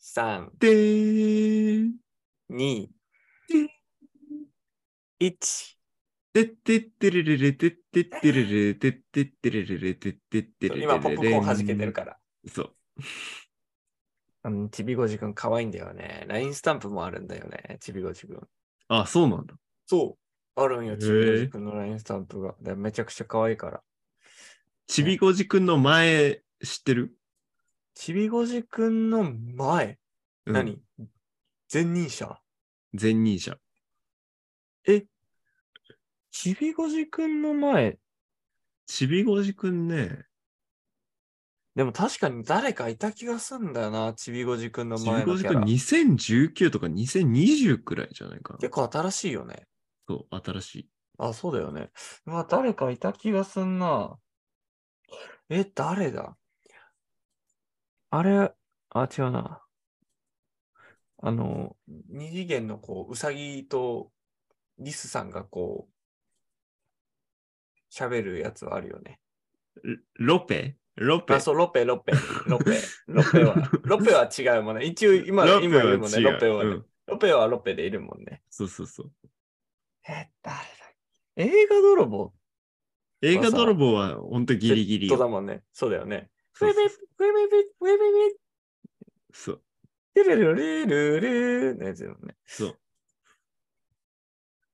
[SPEAKER 1] 3、
[SPEAKER 2] てーん。
[SPEAKER 1] 2
[SPEAKER 2] て、
[SPEAKER 1] 1。
[SPEAKER 2] てってってれれれてってってれれれてってってれれれてってってれれれ。
[SPEAKER 1] 今、ポップコーン弾けてるから。
[SPEAKER 2] そう。
[SPEAKER 1] うん、ちびごじくん可愛いんだよね。ラインスタンプもあるんだよね、ちびごじくん。
[SPEAKER 2] あ、そうなんだ。
[SPEAKER 1] そう。あるん
[SPEAKER 2] へ
[SPEAKER 1] よ、
[SPEAKER 2] ー
[SPEAKER 1] ちびごじくんのラインスタンプが。でめちゃくちゃ可愛いから。
[SPEAKER 2] ちびごじくんの前知ってる、
[SPEAKER 1] ちびごじくんの前、
[SPEAKER 2] うん、
[SPEAKER 1] 何前任者
[SPEAKER 2] 前任者。
[SPEAKER 1] ちびごじくんの前、
[SPEAKER 2] ちびごじくんね、
[SPEAKER 1] でも確かに誰かいた気がすんだよな、ちびごじくんの
[SPEAKER 2] ち
[SPEAKER 1] 前
[SPEAKER 2] びご
[SPEAKER 1] の
[SPEAKER 2] じ
[SPEAKER 1] キ
[SPEAKER 2] く
[SPEAKER 1] ャ
[SPEAKER 2] ん
[SPEAKER 1] ラ。
[SPEAKER 2] 2019とか2020くらいじゃないかな
[SPEAKER 1] 結。構新しいよね。
[SPEAKER 2] そう、新しい。
[SPEAKER 1] あ、そうだよね。まあ、誰かいた気がすんな。え、誰だあれ、あ、違うな。あの、二次元のこう、うさぎとリスさんがこう、喋るやつはあるよね。
[SPEAKER 2] ロペロペ
[SPEAKER 1] あ、そう、ロペ、ロペ、ロペ、ロペは、ロペは違うもんね。一応、今、
[SPEAKER 2] ロ
[SPEAKER 1] 今
[SPEAKER 2] ペ
[SPEAKER 1] い
[SPEAKER 2] は
[SPEAKER 1] るもんね、
[SPEAKER 2] 違う
[SPEAKER 1] ロペはね、
[SPEAKER 2] うん
[SPEAKER 1] ロペはロペでいるもんね。
[SPEAKER 2] そうそうそう。
[SPEAKER 1] え、誰だ映画泥棒
[SPEAKER 2] 映画泥棒は本当ギリギリ
[SPEAKER 1] そうだ
[SPEAKER 2] よ。
[SPEAKER 1] もんね。そうだよね。ウ
[SPEAKER 2] そ
[SPEAKER 1] ェ
[SPEAKER 2] う
[SPEAKER 1] ベウェベウェベウェベ
[SPEAKER 2] そう
[SPEAKER 1] テレレレレレのやつだよね。
[SPEAKER 2] そう。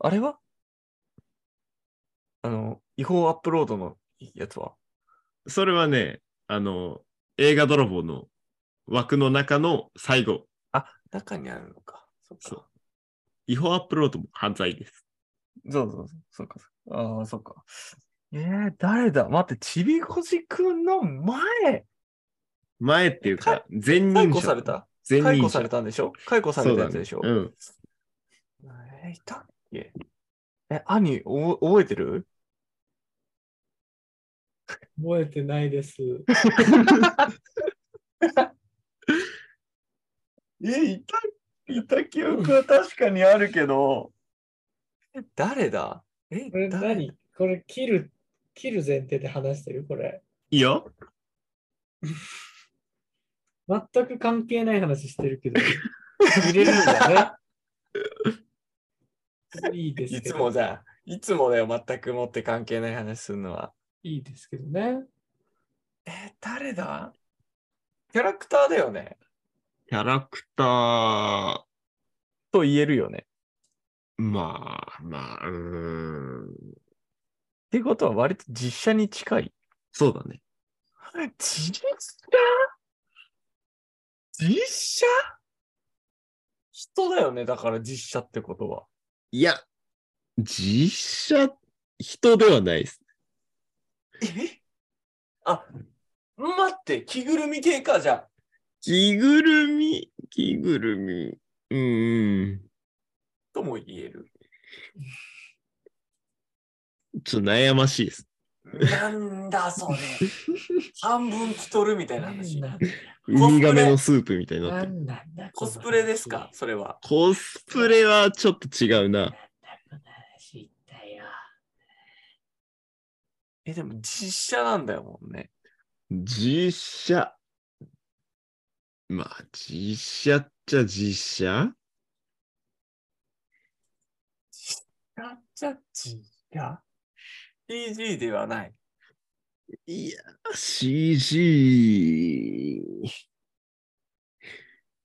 [SPEAKER 1] あれはあの、違法アップロードのやつは
[SPEAKER 2] それはね、あの、映画泥棒の枠の中の最後、
[SPEAKER 1] 中にあるのか。そっか。
[SPEAKER 2] そ
[SPEAKER 1] そう
[SPEAKER 2] 違法アップロードも犯罪です。
[SPEAKER 1] うそうそう。そうか。ああ、そっか。えー、誰だ待って、ちびこじくんの前
[SPEAKER 2] 前っていうか、前任者。
[SPEAKER 1] 解雇された
[SPEAKER 2] 前
[SPEAKER 1] 解
[SPEAKER 2] 任
[SPEAKER 1] 雇
[SPEAKER 2] 者。
[SPEAKER 1] されたんでしょ解雇されたやつでしょ、
[SPEAKER 2] そうだねうん。
[SPEAKER 1] えー、いたっけえ、兄、お覚えてる
[SPEAKER 3] 覚えてないです。
[SPEAKER 1] え、いた、いた記憶は確かにあるけど。誰だえ
[SPEAKER 3] これ、
[SPEAKER 1] 誰
[SPEAKER 3] 何これ切る、切る前提で話してるこれ。
[SPEAKER 2] いいよ。
[SPEAKER 3] 全く関係ない話してる
[SPEAKER 1] [laughs]
[SPEAKER 3] けど、入れるんだね。いいです
[SPEAKER 1] [laughs] い
[SPEAKER 3] け
[SPEAKER 1] つ
[SPEAKER 3] ど。
[SPEAKER 1] もじゃんいつもだよ、全くもって関係ない話するのは。
[SPEAKER 3] いいですけどね。
[SPEAKER 1] えー誰だキャラクターだよね。
[SPEAKER 2] キャラクター、ま
[SPEAKER 1] と言えるよね。っ
[SPEAKER 2] あ、まあ、うーん。
[SPEAKER 1] てことは割と実写に近い。
[SPEAKER 2] そうだね。
[SPEAKER 1] 実写実写人だよね、だから実写ってことは。
[SPEAKER 2] いや、実写、人ではないです。
[SPEAKER 1] えあ、待って、着ぐるみ系か、じゃあ。
[SPEAKER 2] 着ぐるみ、着ぐるみ。うーん。
[SPEAKER 1] とも言える。
[SPEAKER 2] ちょっと悩ましいです。
[SPEAKER 1] なんだ、それ。 [laughs] 半分着とるみたいな話。
[SPEAKER 3] なん
[SPEAKER 2] ウミガメのスープみたいになって
[SPEAKER 3] な
[SPEAKER 2] る。
[SPEAKER 3] んなんだ
[SPEAKER 1] コスプレですか、それは。
[SPEAKER 2] コスプレはちょっと違う
[SPEAKER 3] この
[SPEAKER 2] な。
[SPEAKER 3] 話なんだこの話一体よ。
[SPEAKER 1] え、でも実写なんだよもんね。
[SPEAKER 2] 実写。まあ、実写っちゃ実写
[SPEAKER 1] やっちゃ実写 ?PG ではない。
[SPEAKER 2] いや、CG。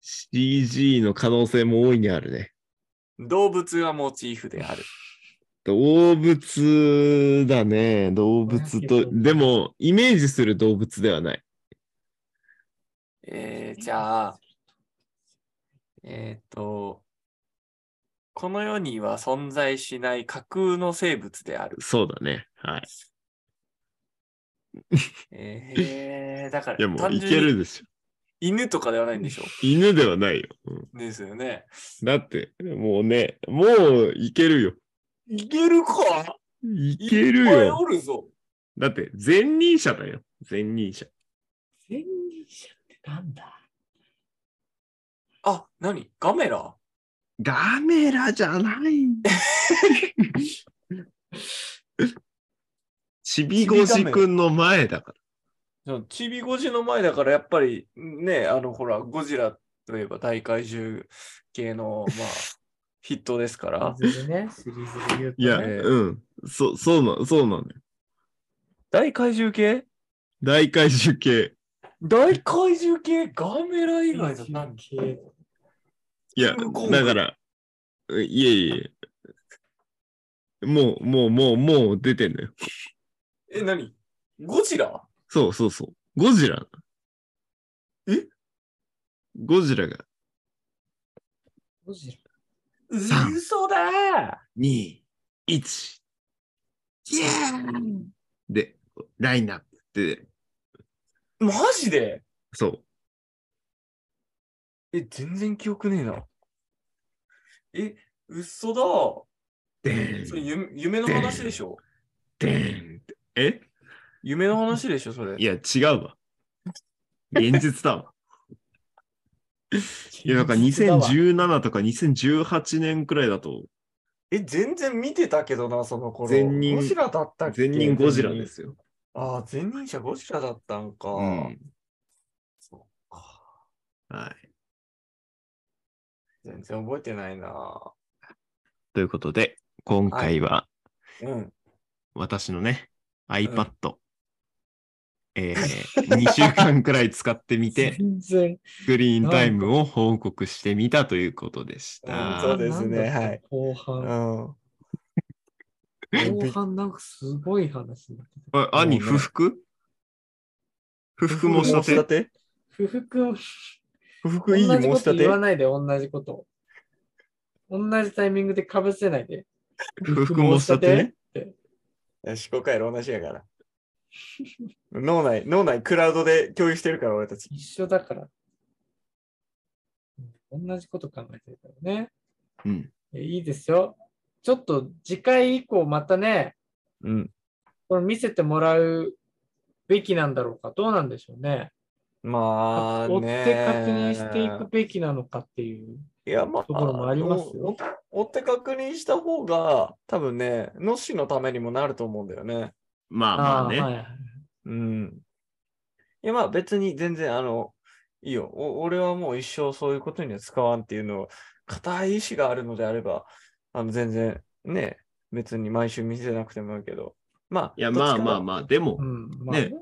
[SPEAKER 2] CG の可能性も大いにあるね。
[SPEAKER 1] 動物がモチーフである。
[SPEAKER 2] 動物だね。動物
[SPEAKER 3] 親
[SPEAKER 2] と
[SPEAKER 3] 子、丼
[SPEAKER 2] でも、イメージする動物ではない。
[SPEAKER 1] えー、じゃあ、えっ、と、この世には存在しない架空の生物である。
[SPEAKER 2] そうだね。はい。
[SPEAKER 1] えー、だから、
[SPEAKER 2] いや、もう
[SPEAKER 1] 単
[SPEAKER 2] い
[SPEAKER 1] 純
[SPEAKER 2] け
[SPEAKER 1] に
[SPEAKER 2] るでしょ。
[SPEAKER 1] 犬とかではないんでしょ
[SPEAKER 2] 犬ではないよ。うん
[SPEAKER 1] ですよね。
[SPEAKER 2] だって、もうね、もういけるよ。
[SPEAKER 1] いけるか
[SPEAKER 2] い
[SPEAKER 1] い
[SPEAKER 2] ける
[SPEAKER 1] っぱい
[SPEAKER 2] よ。
[SPEAKER 1] おるぞ。
[SPEAKER 2] だって、前任者だよ。前任者。
[SPEAKER 3] 前任者ってなんだ
[SPEAKER 1] あ、何ガメラ
[SPEAKER 2] ガメラじゃない。ちびごじくんの前だから。
[SPEAKER 1] そうチビゴジの前だからやっぱり
[SPEAKER 2] [laughs]
[SPEAKER 1] ね、あのほら、ゴジラといえば大怪獣系の、まあ、筆頭ですから、
[SPEAKER 3] シリーズでね、シリーズで言うと、ね。
[SPEAKER 2] いや、
[SPEAKER 1] ええ
[SPEAKER 2] うん。そ、そうな、そうなのよ。
[SPEAKER 1] 大怪獣系
[SPEAKER 2] 大怪獣系。
[SPEAKER 1] 大怪獣系ガメラ以外だったん
[SPEAKER 3] 系
[SPEAKER 2] い
[SPEAKER 1] キ
[SPEAKER 2] や
[SPEAKER 1] ングコン、グ
[SPEAKER 2] だから、うんいえいえ。もう、もう、もう、もう出てんのよ。
[SPEAKER 1] え、何ゴジラ
[SPEAKER 2] そうそうそう。ゴジラ。
[SPEAKER 1] え
[SPEAKER 2] ゴジラが
[SPEAKER 3] ゴジラ
[SPEAKER 2] 三
[SPEAKER 1] 嘘だ
[SPEAKER 2] 2、1、イエーイで、ラインナップで、
[SPEAKER 1] マジで
[SPEAKER 2] そう。
[SPEAKER 1] え、全然記憶ねえな。え、嘘だ
[SPEAKER 2] で
[SPEAKER 1] それ
[SPEAKER 2] ん、
[SPEAKER 1] 夢夢の話でしょ
[SPEAKER 2] でんって。え
[SPEAKER 1] 夢の話でしょそれ。
[SPEAKER 2] いや、違うわ。現実だわ。いや、なんか2017とか2018年くらいだと、
[SPEAKER 1] え、全然見てたけどな、その頃。
[SPEAKER 2] 善人
[SPEAKER 1] ゴジラだったっけ
[SPEAKER 2] 全人ゴジラですよ。
[SPEAKER 1] ああ、前任者ゴジラだったんか。
[SPEAKER 2] うん。
[SPEAKER 1] そっか。
[SPEAKER 2] はい。
[SPEAKER 1] 全然覚えてないな。
[SPEAKER 2] ということで、今回は
[SPEAKER 1] うん。
[SPEAKER 2] 私のね、iPad、え2週間くらい使ってみ
[SPEAKER 3] [laughs]
[SPEAKER 2] て、
[SPEAKER 3] 全然。
[SPEAKER 2] スクリーンタイムを報告してみたということでし
[SPEAKER 1] うん
[SPEAKER 2] た。
[SPEAKER 1] そうですね
[SPEAKER 3] なんだっけ
[SPEAKER 1] はい
[SPEAKER 3] 後
[SPEAKER 1] う
[SPEAKER 3] 半、
[SPEAKER 1] ん。
[SPEAKER 3] 後半なんかすごい話になってた。
[SPEAKER 2] あ兄、
[SPEAKER 1] もうね
[SPEAKER 2] 不服不服申し立て
[SPEAKER 1] て
[SPEAKER 3] 不服を
[SPEAKER 1] 不服
[SPEAKER 3] 同
[SPEAKER 1] 異
[SPEAKER 3] じ
[SPEAKER 1] 議申
[SPEAKER 3] こ
[SPEAKER 1] し
[SPEAKER 3] と
[SPEAKER 1] 立て
[SPEAKER 3] 言わないで、同じこと。同じタイミングでかぶせないで。
[SPEAKER 2] 不服申し立てね。
[SPEAKER 1] いや思考回路同じやから。脳内、脳内クラウドで共有してるから、俺たち。
[SPEAKER 3] 一緒だから。うん同じこと考えてるからね。
[SPEAKER 2] うん。
[SPEAKER 3] えいいですよ。ちょっと次回以降またね、
[SPEAKER 1] うん。
[SPEAKER 3] これ見せてもらうべきなんだろうか、どうなんでしょうね。
[SPEAKER 1] まあ
[SPEAKER 3] 追っ
[SPEAKER 1] ね。
[SPEAKER 3] て確認していくべきなのかっていう。
[SPEAKER 1] いや、まあ、
[SPEAKER 3] ところもありますよ
[SPEAKER 1] お追って確認した方が、多分ね、のっしのためにもなると思うんだよね。
[SPEAKER 2] まあまあね。
[SPEAKER 3] ーはいはい
[SPEAKER 1] うん。いや、まあ別に全然、あの、いいよ。お俺はもう一生そういうことには使わんっていうのを、固い意志があるのであれば、あの、全然、ね、別に毎週見せなくてもいいけど。まあ、
[SPEAKER 2] いや、まあまあ
[SPEAKER 1] あ。
[SPEAKER 2] まあ、でも
[SPEAKER 3] う、ん、まあね
[SPEAKER 2] ね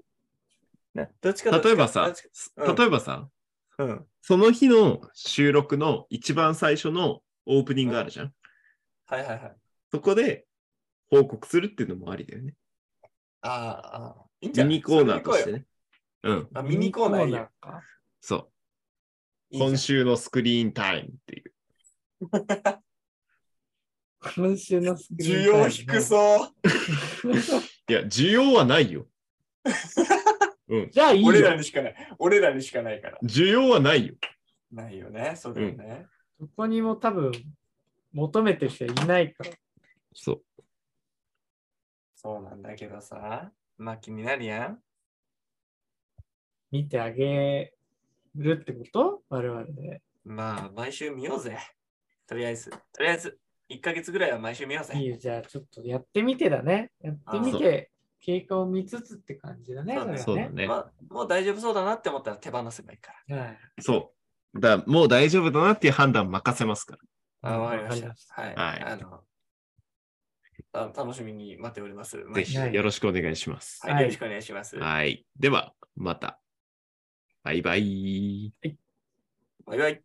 [SPEAKER 1] ねどっちかどっちか
[SPEAKER 2] 例えばさ、
[SPEAKER 1] うん
[SPEAKER 2] 例えばさ、
[SPEAKER 1] うん。
[SPEAKER 2] その日の収録の一番最初のオープニングあるじゃん。
[SPEAKER 1] はいはいはい。
[SPEAKER 2] そこで報告するっていうのもありだよね。
[SPEAKER 1] ああああ、いいんじ
[SPEAKER 2] ミ
[SPEAKER 1] ゃない
[SPEAKER 2] ニコーナーとして
[SPEAKER 1] ね。
[SPEAKER 2] ね。うん、
[SPEAKER 1] あ、ミニコーナーいい
[SPEAKER 3] ミ
[SPEAKER 1] よ
[SPEAKER 3] ニコーナーか
[SPEAKER 2] そう。
[SPEAKER 1] いいじゃん
[SPEAKER 2] 今週のスクリーンタイムっていう。
[SPEAKER 3] 今週のスクリー
[SPEAKER 1] 需
[SPEAKER 3] ンタイム
[SPEAKER 1] 要
[SPEAKER 3] ね
[SPEAKER 1] 低そう。
[SPEAKER 2] いや、需要はないよ。うん。
[SPEAKER 3] じゃあいいよ。
[SPEAKER 1] 俺らにしかない。俺らにしかないから。
[SPEAKER 2] 需要はないよ。
[SPEAKER 1] ないよね、それはね。
[SPEAKER 3] どこにも多分求めてる人はいないから。
[SPEAKER 2] そう。
[SPEAKER 1] そうなんだけどさ。まあ気になるやん。
[SPEAKER 3] 見てあげるってこと我々で。
[SPEAKER 1] まあ毎週見ようぜ。とりあえず、とりあえず、1ヶ月ぐらいは毎週見ようぜ。
[SPEAKER 3] いいよ、じゃあちょっとやってみてだね。やってみて、経過を見つつって感じだね。
[SPEAKER 1] そうだね
[SPEAKER 2] そうだね。
[SPEAKER 1] まあ、もう大丈夫そうだなって思ったら手放せばいいか
[SPEAKER 3] はい
[SPEAKER 2] そう。だからもう大丈夫だなっていう判断任せますから。
[SPEAKER 1] ら。あ、わかりまし
[SPEAKER 3] わかり
[SPEAKER 1] た
[SPEAKER 3] ま。
[SPEAKER 1] はい。
[SPEAKER 2] はい
[SPEAKER 1] あのあ楽しみに待っております。
[SPEAKER 2] ぜ
[SPEAKER 1] 毎
[SPEAKER 2] ひ
[SPEAKER 1] 週
[SPEAKER 2] よろしくお願いします。
[SPEAKER 1] はい、よろしくお願いします。
[SPEAKER 2] はい。では、また。バイバイ。
[SPEAKER 1] バイバイ。